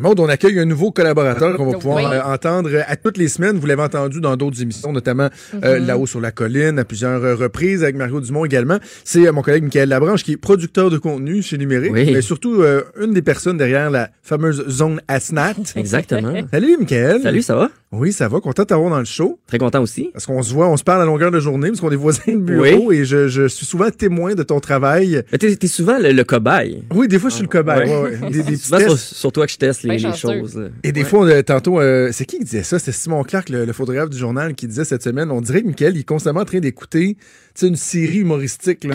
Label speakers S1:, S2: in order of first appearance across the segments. S1: Maud, on accueille un nouveau collaborateur qu'on va pouvoir
S2: Oui.
S1: euh, entendre à toutes les semaines. Vous l'avez entendu dans d'autres émissions, notamment euh, là-haut sur la colline, à plusieurs euh, reprises, avec Mario Dumont également. C'est euh, mon collègue Michael Labranche qui est producteur de contenu chez Numérique,
S3: Oui.
S1: mais surtout euh, une des personnes derrière la fameuse zone ASNAT.
S3: Exactement.
S1: Salut Michael.
S3: Salut, ça va?
S1: Oui, ça va. Content de t'avoir dans le show.
S3: Très content aussi.
S1: Parce qu'on se voit, on se parle à longueur de journée, parce qu'on est voisins de bureau et je, je suis souvent témoin de ton travail.
S3: Mais t'es, t'es souvent le, le cobaye.
S1: Oui, des fois, je suis le cobaye. ouais, ouais. Des, des
S3: C'est
S1: petits
S3: souvent sur,
S1: tests.
S3: sur toi que je teste les,
S2: Ben,
S3: les
S2: chanceux.
S3: choses. là.
S1: Et des fois, on a- tantôt, euh, c'est qui qui disait ça? C'est Simon Clark, le, le photographe du journal, qui disait cette semaine, on dirait que Michael, il est constamment en train d'écouter tu sais, une série humoristique. Là.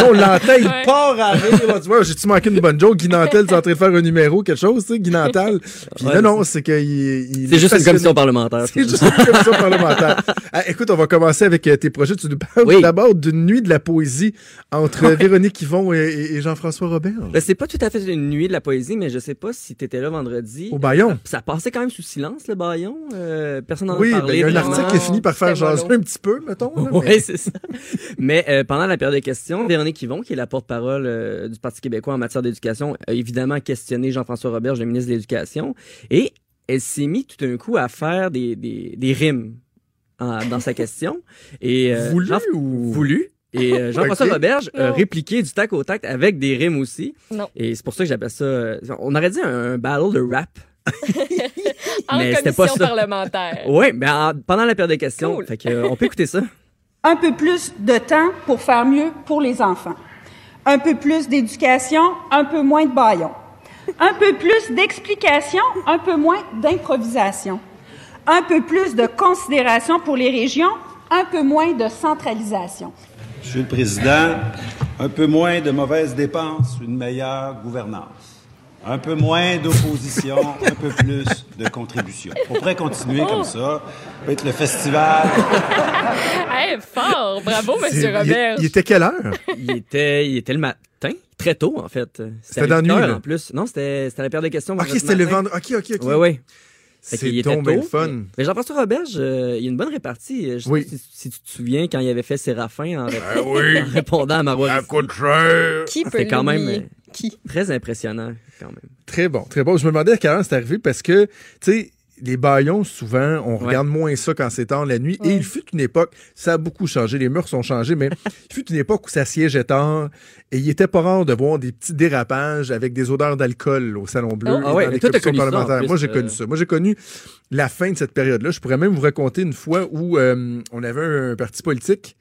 S1: on l'entend, il
S2: Ouais.
S1: part à rire. là. Tu vois, j'ai-tu manqué une bonne joke? Guy Nantel, tu es en train de faire un numéro, quelque chose, tu sais, Guy Nantel. Puis
S3: Ouais,
S1: là, non, c'est qu'il il
S3: C'est juste une
S1: passionné.
S3: commission parlementaire.
S1: C'est juste une commission parlementaire. Ah, écoute, on va commencer avec euh, tes projets. Tu nous parles
S3: Oui.
S1: d'abord d'une nuit de la poésie entre euh, Véronique Yvon et, et- et Jean-François Robert
S3: Ben, c'est pas tout à fait une nuit de la poésie, mais je sais pas si t'étais là vendredi.
S1: au Bayon.
S3: Ça passait quand même sous silence, le baillon. Euh, personne n'en
S1: Oui,
S3: a
S1: ben, il
S3: parlé.
S1: y a un
S3: vraiment.
S1: article qui finit par faire
S2: C'était
S1: jaser
S2: mollo.
S1: un petit peu, mettons. là, mais-
S3: Oui, c'est ça. Mais euh, pendant la période des questions, Véronique Yvon, qui est la porte-parole euh, du Parti québécois en matière d'éducation, a évidemment questionné Jean-François Roberge, le ministre de l'Éducation, et elle s'est mise tout d'un coup à faire des, des, des rimes en- dans sa question. Et, euh,
S1: Voulu
S3: Jean-
S1: ou...
S3: voulu. Et euh, Jean-François
S1: Ok.
S3: Roberge a
S2: Non.
S3: répliqué du tac au tac avec des rimes aussi.
S2: Non.
S3: Et c'est pour ça que j'appelle ça... euh, on aurait dit un, un battle de rap.
S2: En
S3: Mais c'était
S2: commission
S3: pas ça. Oh.
S2: parlementaire.
S3: Oui, mais ben, en- pendant la période des questions.
S2: Cool.
S3: Fait que, euh, on peut écouter ça.
S4: un peu plus de temps pour faire mieux pour les enfants, un peu plus d'éducation, un peu moins de baillon, un peu plus d'explication, un peu moins d'improvisation, un peu plus de considération pour les régions, un peu moins de centralisation.
S5: Monsieur le Président, un peu moins de mauvaises dépenses, une meilleure gouvernance. Un peu moins d'opposition, un peu plus de contribution. On pourrait continuer comme ça. Ça peut être le festival.
S2: Hey, fort! Bravo,
S1: C'est-
S2: Monsieur
S1: il-
S2: Robert.
S1: Il, était quelle heure?
S3: il était, il était le matin, très tôt en fait.
S1: C'était dans la
S3: la
S1: nuit, là.
S3: En plus, non, c'était, c'était la période de questions.
S1: ok, c'était le vendredi. Ok, ok, ok.
S3: Oui, oui.
S1: C'est donc bien le fun.
S3: Mais, mais Jean-François Roberge, euh, il y a une bonne répartie. Euh, Je sais
S1: Oui. Ben
S3: pas si, si tu te souviens quand il avait fait Séraphin en, ré- en répondant à Marois.
S2: Qui peut
S3: C'était quand même
S2: l'oublier?
S3: euh,
S2: Qui?
S3: très impressionnant quand même.
S1: Très bon, très bon. Je me demandais à quelle heure c'est arrivé parce que, tu sais, les baillons, souvent, on regarde moins ça quand c'est tard la nuit. Et il fut une époque, ça a beaucoup changé, les mœurs ont changé, mais il fut une époque où ça siégeait tard et il était pas rare de voir des petits dérapages avec des odeurs d'alcool au Salon Bleu.
S2: Oh,
S1: et
S3: ah ouais,
S1: dans
S3: mais
S1: des
S3: toi, t'as
S1: commissions
S3: connu ça, en
S1: parlementaires.
S3: plus,
S1: Moi, j'ai
S3: euh.
S1: connu ça. Moi, j'ai connu la fin de cette période-là. Je pourrais même vous raconter une fois où euh, on avait un parti politique.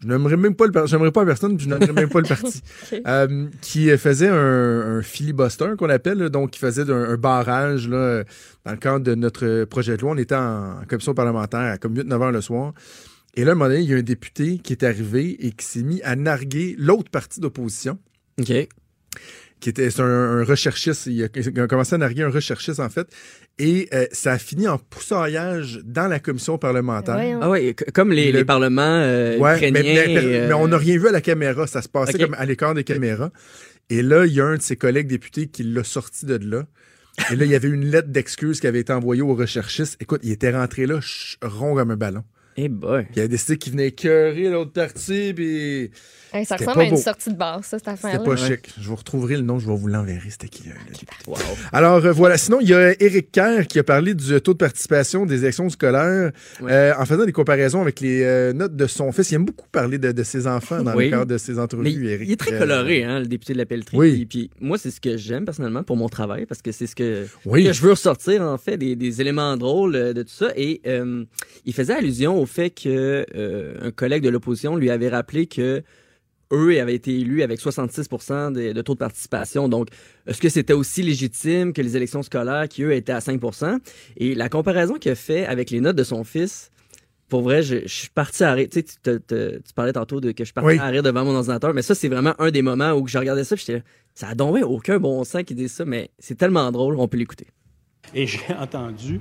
S1: Je n'aimerais même pas le par- j'aimerais pas la personne, puis je n'aimerais même pas le parti. Euh, qui faisait un, un filibuster qu'on appelle, là, donc qui faisait d'un- un, barrage là, euh, dans le cadre de notre projet de loi. On était en, en commission parlementaire à comme 8-9 heures le soir. Et là, à un moment donné, il y a un député qui est arrivé et qui s'est mis à narguer l'autre parti d'opposition,
S3: Ok.
S1: qui était c'est un, un recherchiste. Il a, il a commencé à narguer un recherchiste, en fait. Et euh, ça a fini en poussaillage dans la commission parlementaire.
S2: Voyons.
S3: Ah ouais, c- comme les,
S1: Le-
S3: les parlements euh,
S1: Ouais, mais,
S3: ukrainiens.
S1: mais-
S3: et, euh,
S1: mais on n'a rien vu à la caméra. Ça se passait
S3: Ok.
S1: comme à l'écart des caméras. Et là, il y a un de ses collègues députés qui l'a sorti de là. Et là, il y avait une lettre d'excuse qui avait été envoyée au recherchiste. Écoute, il était rentré là, ch- rond comme un ballon.
S3: Eh boy.
S1: Puis il a décidé qu'il venait écœurer l'autre partie, puis
S2: Hey, ça
S1: c'était
S2: ressemble à
S1: pas
S2: une
S1: beau.
S2: sortie de bar, ça, cette
S6: Ben
S1: c'était
S2: affaire-là.
S1: pas chic. Je vous retrouverai le nom, je vais vous l'enverrer. C'était qui, euh, le député?
S3: Wow.
S1: Alors euh, voilà, sinon il y a Éric Kerr qui a parlé du taux de participation des élections scolaires
S3: Ouais.
S1: euh, en faisant des comparaisons avec les euh, notes de son fils. Il aime beaucoup parler de, de ses enfants dans le
S3: Oui.
S1: cadre de ses
S3: Mais
S1: entrevues.
S3: il,
S1: Éric.
S3: il est très
S1: Euh,
S3: coloré, hein, le député de la Pelletrie.
S1: Oui.
S3: Puis, puis moi, c'est ce que j'aime personnellement pour mon travail, parce que c'est ce que,
S1: Oui.
S3: que je veux ressortir, en fait, des, des éléments drôles euh, de tout ça. Et euh, il faisait allusion au fait que euh, un collègue de l'opposition lui avait rappelé que eux ils avaient été élus avec 66 de, de taux de participation. Donc, est-ce que c'était aussi légitime que les élections scolaires qui, eux, étaient à 5 Et la comparaison qu'il a fait avec les notes de son fils, pour vrai, je, je suis parti à rire. Tu, sais, tu, te- te- tu parlais tantôt de que je partais
S1: Oui.
S3: à rire devant mon ordinateur, mais ça, c'est vraiment un des moments où je regardais ça puis j'étais là, ça a donc bien aucun bon sens qui dit ça, mais c'est tellement drôle, on peut l'écouter.
S7: Et j'ai entendu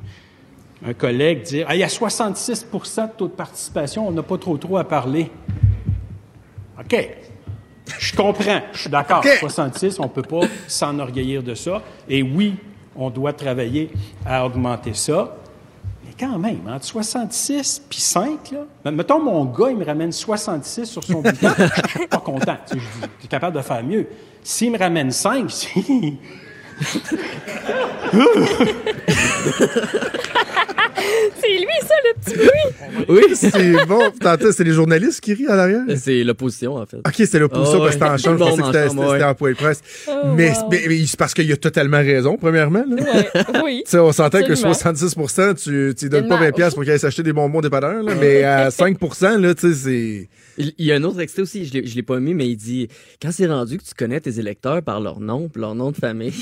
S7: un collègue dire Ah, il y a 66 de taux de participation, on n'a pas trop trop à parler. OK. Je comprends, je suis d'accord. 66, on ne peut pas s'enorgueillir de ça. Et oui, on doit travailler à augmenter ça. Mais quand même, entre 66 puis 5, là, ben, mettons mon gars, il me ramène 66 sur son bulletin, je suis pas content. Tu sais, je dis, tu es capable de faire mieux. S'il me ramène 5,
S2: C'est lui, ça, le petit bruit.
S3: Oui,
S1: C'est bon. Tantôt, c'est les journalistes qui rient à l'arrière.
S3: c'est l'opposition, en fait.
S1: OK, c'est là pour
S3: Ah
S1: ça,
S3: Euh, ouais.
S1: parce que c'était en
S3: Tout le
S1: chambre. Je pensais
S3: monde
S1: que
S3: en
S1: c'était-
S3: chambre,
S1: c'était
S3: ouais.
S1: c'était en point de presse.
S2: Oh,
S1: mais
S2: wow.
S1: mais- mais c'est parce qu'il y a totalement raison, premièrement. là.
S2: Ouais,
S3: Ben,
S2: oui.
S1: Tu sais, on s'entend que
S2: Absolument.
S1: 66 tu tu donnes pas
S2: Tellement.
S1: 20 pièces pour qu'ils aillent s'acheter des bonbons au dépanneur, là, mais à 5 là, tu sais, c'est
S3: Il il y a un autre extrait aussi, je l'ai- je l'ai pas mis, mais il dit Quand c'est rendu que tu connais tes électeurs par leur nom, puis leur nom de famille,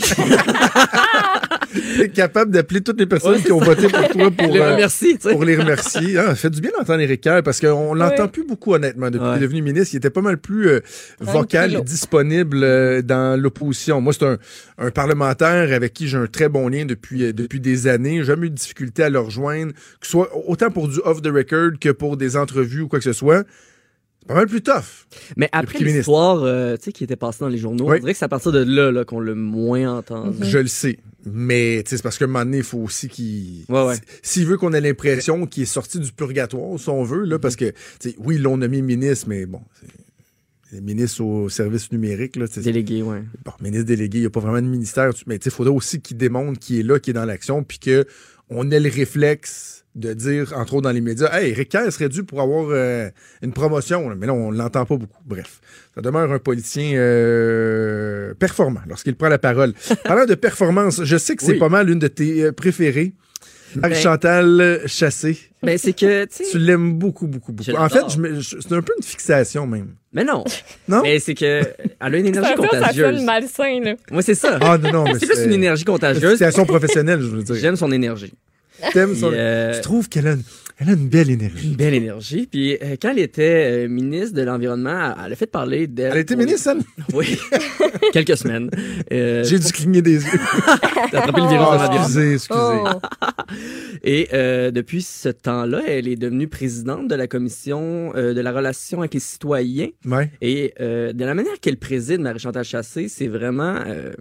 S1: t'es capable d'appeler toutes les personnes
S3: Ouais,
S1: qui ont voté pour toi pour
S3: le
S1: euh,
S3: remercie, tu sais.
S1: pour les remercier. Ah, ça fait du bien d'entendre Éric Kerr parce qu'on l'entend
S2: Ouais.
S1: plus beaucoup, honnêtement, depuis
S3: Ouais.
S1: qu'il est devenu ministre. Il était pas mal plus euh,
S2: Dans le
S1: vocal et
S2: culot.
S1: disponible euh, dans l'opposition. Moi, c'est un, un parlementaire avec qui j'ai un très bon lien depuis, euh, depuis des années. J'ai jamais eu de difficulté à le rejoindre, que ce soit autant pour du off the record que pour des entrevues ou quoi que ce soit. C'est pas mal plus tough.
S3: Mais après
S1: premier ministre.
S3: l'histoire euh, tu sais, qui était passée dans les journaux,
S1: Oui. Mhm.
S3: on dirait que c'est à partir de là, là qu'on l'a moins entendu.
S1: Je le sais. Mais tu sais, c'est parce qu'à un moment donné, il faut aussi qu'il.
S3: Ouais, ouais.
S1: s- S'il veut qu'on ait l'impression qu'il est sorti du purgatoire, si on veut,
S3: Mm-hmm.
S1: là, parce que, tu sais, oui, l'on a mis ministre, mais bon. c'est- c'est Ministre au service numérique, là, tu sais,
S3: Délégué, ouais.
S1: bon, ministre délégué, il n'y a pas vraiment de ministère, tu- mais il faudrait aussi qu'il démontre qu'il est là, qu'il est dans l'action, puis que on ait le réflexe de dire, entre autres dans les médias, Hey, Rick Kerr serait dû pour avoir euh, une promotion, là. mais là, on ne l'entend pas beaucoup. Bref, ça demeure un politicien euh, performant lorsqu'il prend la parole. Parlant de performance, je sais que c'est
S3: Oui.
S1: pas mal l'une de tes euh, préférées. Marie-Chantal Chassé,
S3: Ben, c'est que, tu
S1: tu
S3: sais.
S1: l'aimes beaucoup, beaucoup,
S3: Je
S1: beaucoup. En fait,
S3: l'adore.
S1: je me- je- c'est un peu une fixation même.
S3: Mais non.
S1: Non?
S3: Mais c'est que, elle a une énergie
S2: Ça, ça, ça
S3: contagieuse.
S2: sonne malsain, là.
S3: Moi, c'est ça.
S1: Ah non, non, mais
S3: c'est plus une énergie
S1: une
S3: contagieuse.
S1: fixation professionnelle, je veux dire.
S3: J'aime son énergie.
S1: T'aimes
S3: Puis,
S1: son-
S3: euh,
S1: Je trouve qu'elle a une, elle a une belle énergie.
S3: une belle énergie. Puis euh, quand elle était euh, ministre de l'Environnement, elle a fait parler d'elle.
S1: Elle était
S3: pour-
S1: ministre, elle.
S3: Oui. Quelques semaines. Euh,
S1: J'ai dû cligner des yeux.
S3: t'as attrapé le virus de
S1: Ah,
S3: la virus.
S1: excusez, excusez.
S2: Oh.
S3: Et euh, depuis ce temps-là, elle est devenue présidente de la commission euh, de la relation avec les citoyens.
S1: Ouais.
S3: Et euh, de la manière qu'elle préside Marie-Chantal Chassé, c'est vraiment... euh,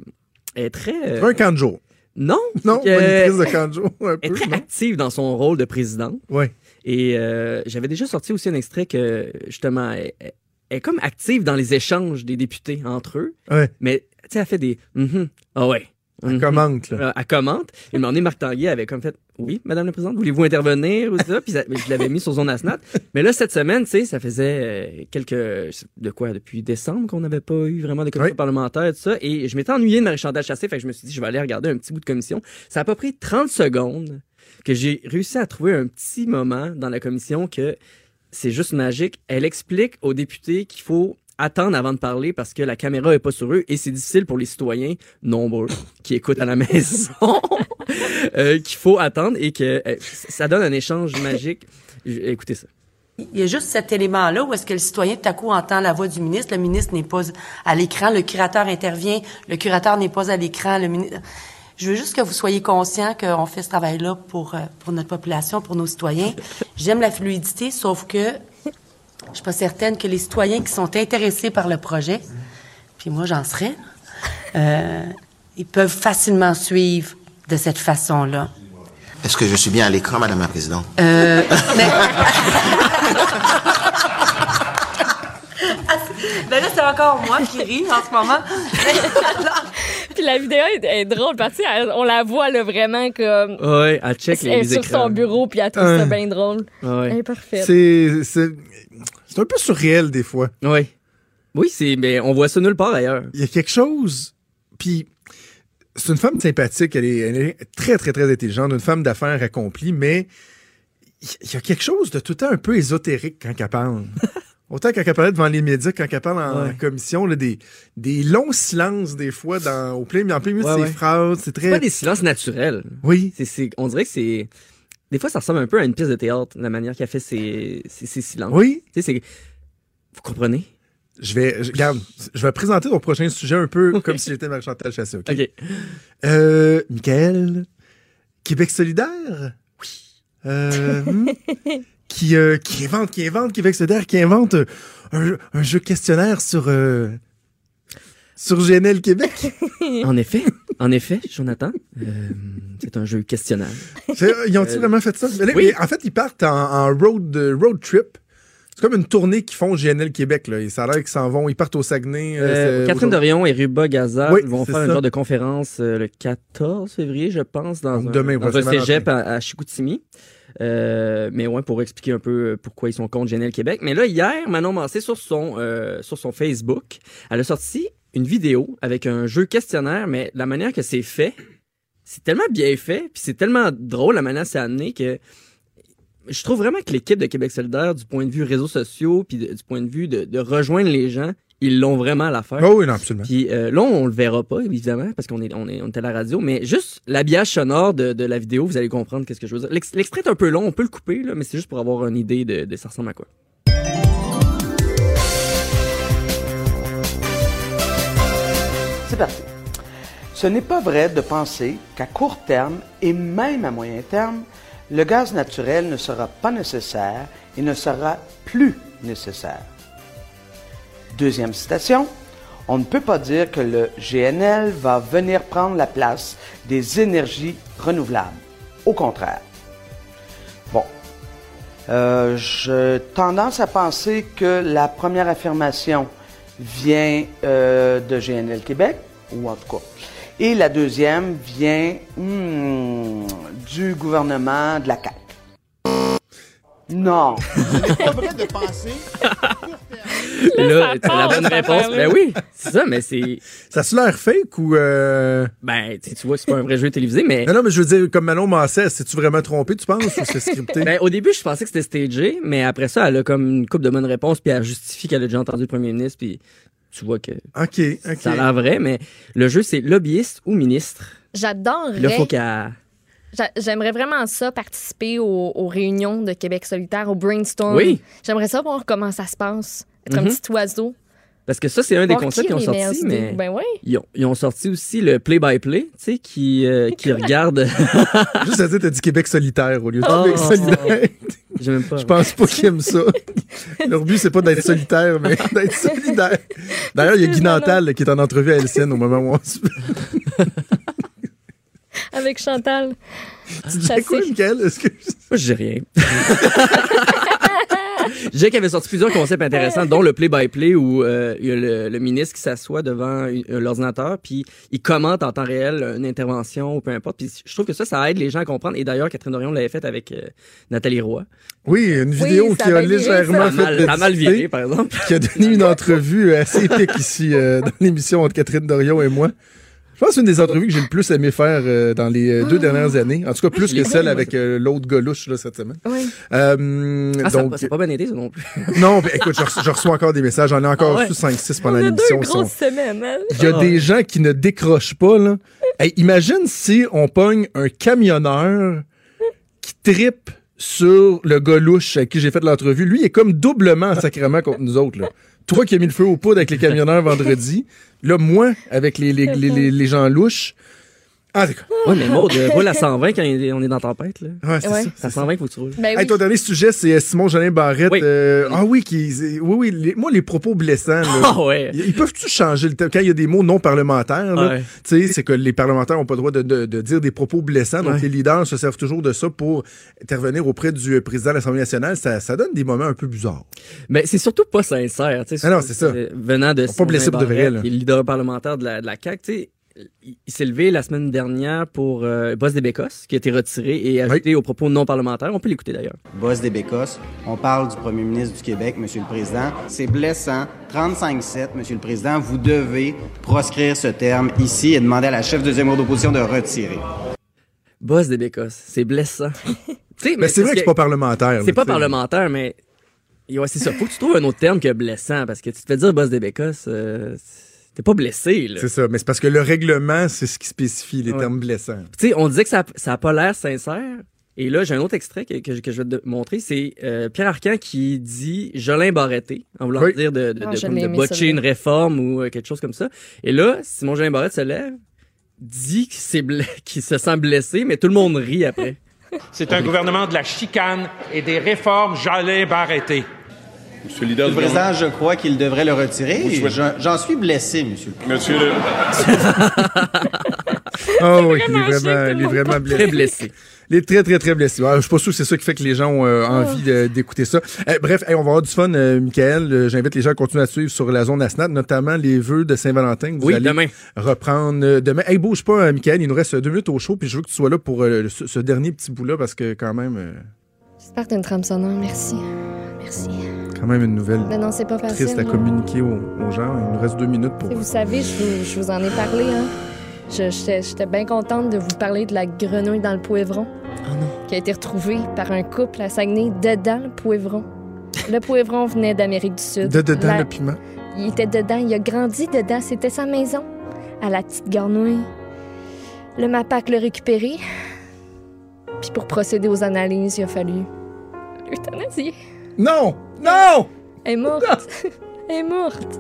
S3: elle est très... euh,
S1: C'est pas un camp de jour.
S3: Non,
S1: Non,
S3: c'est que-
S1: pas une crise de camp de jour, un
S3: elle
S1: peu.
S3: est très
S1: non?
S3: active dans son rôle de présidente.
S1: Ouais.
S3: Et euh, j'avais déjà sorti aussi un extrait que, justement, elle, elle- elle est comme active dans les échanges des députés entre eux.
S1: Ouais.
S3: Mais, tu sais, elle fait des... Mhm. Ah ouais. Mhm.
S1: Commente, là.
S3: Euh, elle commente. Et moment donné, Marc Tanguay avait comme fait Oui, Madame la Présidente, voulez-vous intervenir ou ça? Puis ça- je l'avais mis sur zone Asnat. Mais là, cette semaine, tu sais, ça faisait euh, quelques. De quoi? Depuis décembre qu'on n'avait pas eu vraiment de commission
S1: Oui.
S3: parlementaire et tout ça. Et je m'étais ennuyé de Marie-Chantal Chassé, fait que je me suis dit, je vais aller regarder un petit bout de commission. Ça a à peu près 30 secondes que j'ai réussi à trouver un petit moment dans la commission que c'est juste magique. Elle explique aux députés qu'il faut attendre avant de parler parce que la caméra est pas sur eux et c'est difficile pour les citoyens nombreux qui écoutent à la maison euh, qu'il faut attendre et que euh, ça donne un échange magique. J- Écoutez ça.
S8: Il y a juste cet élément-là où est-ce que le citoyen, tout à coup, entend la voix du ministre. Le ministre n'est pas à l'écran, le curateur intervient, le curateur n'est pas à l'écran. Le mini- Je veux juste que vous soyez conscient qu'on fait ce travail-là pour, euh, pour notre population, pour nos citoyens. J'aime la fluidité, sauf que je suis pas certaine que les citoyens qui sont intéressés par le projet, puis moi j'en serais, euh, ils peuvent facilement suivre de cette façon-là.
S9: Est-ce que je suis bien à l'écran, Madame la Présidente
S8: Ben là, c'est encore moi qui ris en ce moment.
S2: Puis la vidéo est, est drôle parce que elle- on la voit là, vraiment comme
S3: Ouais, elle check
S2: elle
S3: les,
S2: est
S3: les
S2: sur
S3: écrans.
S2: son bureau puis elle trouve
S1: Hein.
S2: ça bien drôle. Elle
S3: Ouais.
S2: est parfaite.
S1: C'est, c'est, c'est un peu surréel, des fois.
S3: Ouais. Oui, c'est mais on voit ça nulle part ailleurs.
S1: Il y a quelque chose. Puis, c'est une femme sympathique. Elle est, elle est très, très, très intelligente. Une femme d'affaires accomplie, mais il y a quelque chose de tout le temps un peu ésotérique quand elle parle. Autant quand elle parlait devant les médias, quand elle parle en
S3: Ouais.
S1: commission, là, des, des longs silences, des fois, dans, au plein, en plein milieu de
S3: Ouais,
S1: ses
S3: ouais.
S1: phrases. C'est
S3: C'est
S1: très.
S3: pas des silences naturels.
S1: Oui.
S3: C'est c'est on dirait que c'est des fois ça ressemble un peu à une pièce de théâtre la manière qu'elle fait ses, ses, ses silences.
S1: Oui.
S3: Tu sais c'est vous comprenez
S1: Je vais, je- regarde, je vais présenter ton prochain sujet un peu comme si j'étais Marie-Chantal Chassé, OK?
S3: OK.
S1: Euh, Michael, Québec solidaire? Oui. Euh, hmm. qui, euh, qui invente, qui invente Québec solidaire, qui invente euh, un, jeu- un jeu questionnaire sur, euh, sur GNL Québec.
S3: En effet, en effet, Jonathan, euh, c'est un jeu questionnable.
S1: C'est- Ils ont-ils vraiment fait ça? Mais là,
S3: Oui.
S1: mais En fait, ils partent en, en road, euh, road trip. C'est comme une tournée qu'ils font GNL Québec. Là. Et ça a l'air qu'ils s'en vont. Ils partent au Saguenay. euh,
S3: Euh,
S1: c'est-
S3: Catherine Dorion et Ruba Gaza
S1: Oui,
S3: vont
S1: c'est
S3: faire un
S1: ça.
S3: genre de conférence euh, le 14 février, je pense, dans
S1: Donc
S3: un,
S1: demain,
S3: dans un
S1: prochaine
S3: cégep à, à Chicoutimi. Euh, mais ouais, pour expliquer un peu euh, pourquoi ils sont contre Genel Québec. Mais là, hier, Manon Mancé, sur son, euh, sur son Facebook, elle a sorti une vidéo avec un jeu questionnaire, mais la manière que c'est fait, c'est tellement bien fait, puis c'est tellement drôle la manière que c'est amené que je trouve vraiment que l'équipe de Québec solidaire, du point de vue réseaux sociaux, puis de- du point de vue de, de rejoindre les gens, ils l'ont vraiment à la faire.
S1: Ah oui, non, absolument.
S3: Puis euh, là, on le verra pas, évidemment, parce qu'on est, on est, on est à la radio, mais juste l'habillage sonore de, de la vidéo, vous allez comprendre qu'est-ce que je veux dire. L'ex- L'extrait est un peu long, on peut le couper, là, mais c'est juste pour avoir une idée de, de ça ressemble à quoi.
S10: C'est parti. Ce n'est pas vrai de penser qu'à court terme et même à moyen terme, le gaz naturel ne sera pas nécessaire et ne sera plus nécessaire. Deuxième citation. On ne peut pas dire que le GNL va venir prendre la place des énergies renouvelables. Au contraire. Bon, euh, j'ai tendance à penser que la première affirmation vient euh, de GNL Québec, ou en tout cas. Et la deuxième vient hmm, du gouvernement de la CAQ. Non.
S2: Là, ça
S3: Là, c'est la
S2: part,
S3: bonne
S2: cette
S3: réponse.
S2: affaire-là.
S3: Ben oui, c'est ça, mais c'est.
S1: Ça a-tu l'air fake ou. euh,
S3: Ben, tu tu vois, c'est pas un vrai jeu télévisé, mais.
S1: Non, non, mais je veux dire, comme Manon Mancet, c'est-tu vraiment trompé, tu penses, ou c'est scripté?
S3: Ben, au début, je pensais que c'était stagé, mais après ça, elle a comme une coupe de bonnes réponses, puis elle justifie qu'elle a déjà entendu le premier ministre, puis tu vois que
S1: OK, OK.
S3: ça a l'air vrai, mais le jeu, c'est lobbyiste ou ministre. Puis Là, faut
S2: J'adorerais.
S3: qu'elle.
S2: j'a- J'aimerais vraiment ça, participer aux, aux réunions de Québec solitaire, au brainstorm.
S3: Oui.
S2: J'aimerais ça voir comment ça se passe. Être un
S3: Mhm.
S2: petit oiseau.
S3: Parce que ça, c'est un des
S2: Voir
S3: concepts
S2: qui
S3: qu'ils
S2: a
S3: ont
S2: les meilleures
S3: sorti,
S2: idées. Ben
S3: mais.
S2: oui.
S3: Ils ont, ils ont sorti aussi le play-by-play, tu sais, qui, euh, qui regarde.
S1: Juste à dire, t'as dit Québec solitaire au lieu de
S3: Oh.
S1: Québec solidaire.
S3: J'ai même pas.
S1: Je pense pas qu'ils aiment ça. Leur but, c'est pas d'être solitaire, mais d'être solidaire. D'ailleurs, il y a Guy Nantal là, qui est en entrevue à LCN au moment où on se fait.
S2: Avec Chantal.
S1: Tu disais quoi,
S2: Chassé.
S1: Michael? Est-ce que.
S3: Moi, je dis rien. Jake avait sorti plusieurs concepts intéressants, dont le play-by-play où euh, il y a le, le ministre qui s'assoit devant une- euh, l'ordinateur, puis il commente en temps réel une intervention ou peu importe. Puis je trouve que ça, ça aide les gens à comprendre. Et d'ailleurs, Catherine Dorion l'avait fait avec euh, Nathalie Roy.
S1: Oui, une vidéo
S2: ça
S1: qui a
S2: va virer, ça.
S1: légèrement
S3: Ça a
S1: fait
S3: mal,
S1: de
S3: ça a mal
S1: discuter,
S3: viré, par exemple.
S1: qui a donné une entrevue assez épique ici euh, dans l'émission entre Catherine Dorion et moi. Je pense que c'est une des entrevues que j'ai le plus aimé faire euh, dans les euh,
S3: Ah.
S1: deux dernières années. En tout cas, plus que celle avec euh, l'autre golouche là, cette semaine.
S2: Oui.
S1: Euh,
S3: Ah, ça a
S1: donc,
S3: pas- ça n'a pas bien été, ça non plus.
S1: non, mais écoute, je reçois, je reçois encore des messages. J'en ai encore
S3: Ah ouais.
S1: reçu 5-6
S2: On
S1: pendant
S2: a deux
S1: l'émission. Ils sont-
S2: grosses semaines. hein.
S1: Il y a
S3: Ah ouais.
S1: des gens qui ne décrochent pas, là. Hey, imagine si on pogne un camionneur qui tripe sur le gars louche à qui j'ai fait l'entrevue. Lui, il est comme doublement sacrément contre nous autres, là. Toi qui as mis le feu aux poudres avec les camionneurs vendredi. Là, moi, avec les, les, les, les- les gens louches. Ah, d'accord.
S3: Ouais, mais Maud, euh, roule à 120 quand il- on est dans tempête, là.
S1: Ouais, c'est
S2: Ouais.
S1: ça.
S3: À 120, faut que tu roules.
S2: Ben oui.
S1: Hey, ton dernier sujet, c'est Simon Jolin Barrette.
S3: Oui.
S1: euh, ah oui, qui, oui, oui, les- moi, les propos blessants, là.
S3: Ah ouais.
S1: Ils ils peuvent-tu changer le thème? Quand il y a des mots non parlementaires, là,
S3: Ouais.
S1: tu sais, c'est que les parlementaires n'ont pas le droit de, de- de dire des propos blessants. Donc,
S3: Ouais.
S1: les leaders se servent toujours de ça pour intervenir auprès du euh, président de l'Assemblée nationale. Ça, ça donne des moments un peu bizarres.
S3: Mais c'est surtout pas sincère, tu sais.
S1: Ah non,
S3: surtout,
S1: c'est ça.
S3: euh, Venant de
S1: Faut pas blesser pour de
S3: Barrette,
S1: vrai, là.
S3: qui est le leader parlementaire de la, de la CAQ, tu sais. Il il s'est levé la semaine dernière pour euh, le Boss des Bécosses, qui a été retiré et ajouté aux propos non parlementaires. On peut l'écouter d'ailleurs.
S11: Boss des Bécosses, on parle du premier ministre du Québec, Monsieur le Président. C'est blessant. 35-7, Monsieur le Président, vous devez proscrire ce terme ici et demander à la chef deuxième rang d'opposition de retirer.
S3: Boss des Bécosses, c'est blessant. Tu sais,
S1: Mais c'est vrai que c'est pas parlementaire.
S3: C'est
S1: là,
S3: pas
S1: tu sais.
S3: parlementaire, mais. Et Ouais, c'est ça. Faut que tu trouves un autre terme que blessant, parce que tu te fais dire Boss des Bécosses, euh, t'es pas blessé, là.
S1: C'est ça. Mais c'est parce que le règlement, c'est ce qui spécifie les
S3: Ouais.
S1: termes blessants.
S3: Tu sais, on disait que ça, ça a pas l'air sincère. Et là, j'ai un autre extrait que, que, je- que je vais te montrer. C'est euh, Pierre Arcan qui dit Jolin Barreté, en voulant
S1: Oui.
S3: dire de, de,
S2: Ah,
S3: de-
S2: je
S3: comme
S2: l'ai
S3: de
S2: aimé,
S3: botcher
S2: celle-là.
S3: une réforme ou euh, quelque chose comme ça. Et là, Simon Jolin Barrette se lève, dit qu'il s'est bla- qu'il se sent blessé, mais tout le monde rit après.
S7: C'est un gouvernement de la chicane et des réformes Jolin Barreté.
S12: Monsieur le leader
S11: Monsieur
S12: du
S11: le Président,
S12: gouvernement.
S11: je crois qu'il devrait le retirer.
S12: Vous
S11: et
S12: souhaitez-
S11: j'en- J'en suis blessé, monsieur le
S12: Monsieur le...
S1: Ah oui, il est
S12: vraiment chic, tout
S1: vraiment,
S12: le
S1: il est
S12: monde
S1: vraiment
S12: porte
S1: blessé.
S12: Très blessé.
S1: Il est très, très, très blessé. Ah, je suis pas sûr que c'est ça qui fait que les gens ont euh, envie
S12: Ah.
S1: de- d'écouter ça. Eh, bref, eh, on va avoir du fun, euh, Michael. Euh, J'invite les gens à continuer à suivre sur la zone Asnat, notamment les vœux de Saint-Valentin que vous
S3: Oui,
S1: allez
S3: demain.
S1: reprendre euh, demain. Hey, bouge pas, euh, Michael. Il nous reste euh, deux minutes au show, puis je veux que tu sois là pour euh, le- ce, ce dernier petit bout-là, parce que quand même, euh,
S6: J'espère que t'as une trame sonore. Merci. Merci.
S1: quand même une nouvelle
S6: Mais non, Ben, c'est pas facile.
S1: triste à
S6: là.
S1: communiquer aux, aux gens. Il nous reste deux minutes pour... euh,
S6: Vous savez, je vous, je vous en ai parlé. Hein. Je- J'étais j'étais bien contente de vous parler de la grenouille dans le poivron.
S1: Ah
S6: Qui a été retrouvée par un couple à Saguenay dedans le poivron. Le poivron venait d'Amérique du Sud.
S1: De dedans
S6: La-
S1: le piment.
S6: Il était dedans, il a grandi dedans, c'était sa maison. À la petite garnouille. Le MAPAC l'a récupéré. Puis pour procéder aux analyses, il a fallu l'euthanasier.
S1: Non! Non!
S6: Elle est morte. Elle est morte.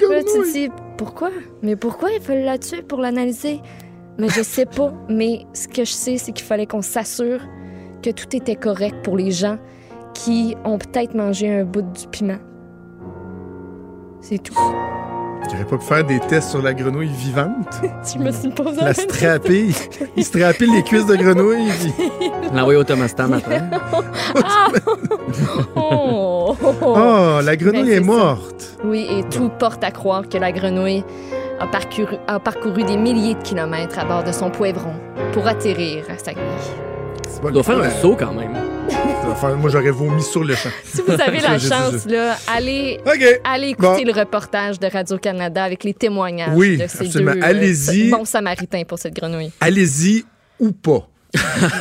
S6: Là, tu te dis, pourquoi? Mais pourquoi il fallait la tuer pour l'analyser? Mais je sais pas. Mais ce que je sais, c'est qu'il fallait qu'on s'assure que tout était correct pour les gens qui ont peut-être mangé un bout du piment. C'est tout.
S1: J'aurais pas pu faire des tests sur la grenouille vivante.
S6: tu me suis posé
S1: La strapille. Il strapille les cuisses de grenouille. puis-
S3: L'envoyer Ah au Thomas Tam après.
S6: Ah! oh!
S1: Oh, la grenouille
S6: Ben,
S1: est
S6: c'est ça.
S1: morte.
S6: Oui, et tout porte à croire que la grenouille a parcouru, a parcouru des milliers de kilomètres à bord de son poivron pour atterrir à Saguenay.
S1: Tu
S3: dois faire un saut quand même.
S1: moi, j'aurais vomi sur le champ.
S6: Si vous avez
S1: Ça,
S6: la
S1: j'ai-
S6: chance,
S1: j'ai-
S6: là, allez, allez
S1: Bon.
S6: écouter le reportage de Radio-Canada avec les témoignages
S1: Oui,
S6: de ces
S1: absolument.
S6: deux euh,
S1: Allez-y.
S6: bons samaritains pour cette grenouille.
S1: Allez-y ou pas.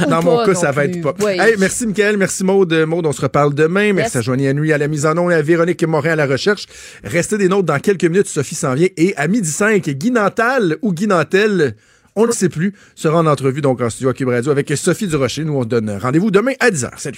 S1: Dans
S6: Ou
S1: mon
S6: pas
S1: cas,
S6: non
S1: ça va être
S6: plus.
S1: pas.
S6: Oui.
S1: Hey, merci, Michael. Merci, Maude. Maude, on se reparle demain. Merci
S6: Yes.
S1: à Joanie Henry à la mise en onde et à Véronique Morin à la recherche. Restez des nôtres dans quelques minutes. Sophie s'en vient. Et à midi 5, Guy Nantal ou Guy Nantel, on ne sait plus, sera en entrevue donc en studio à Cube Radio avec Sophie Durocher. Nous, on se donne rendez-vous demain à 10h. Salut.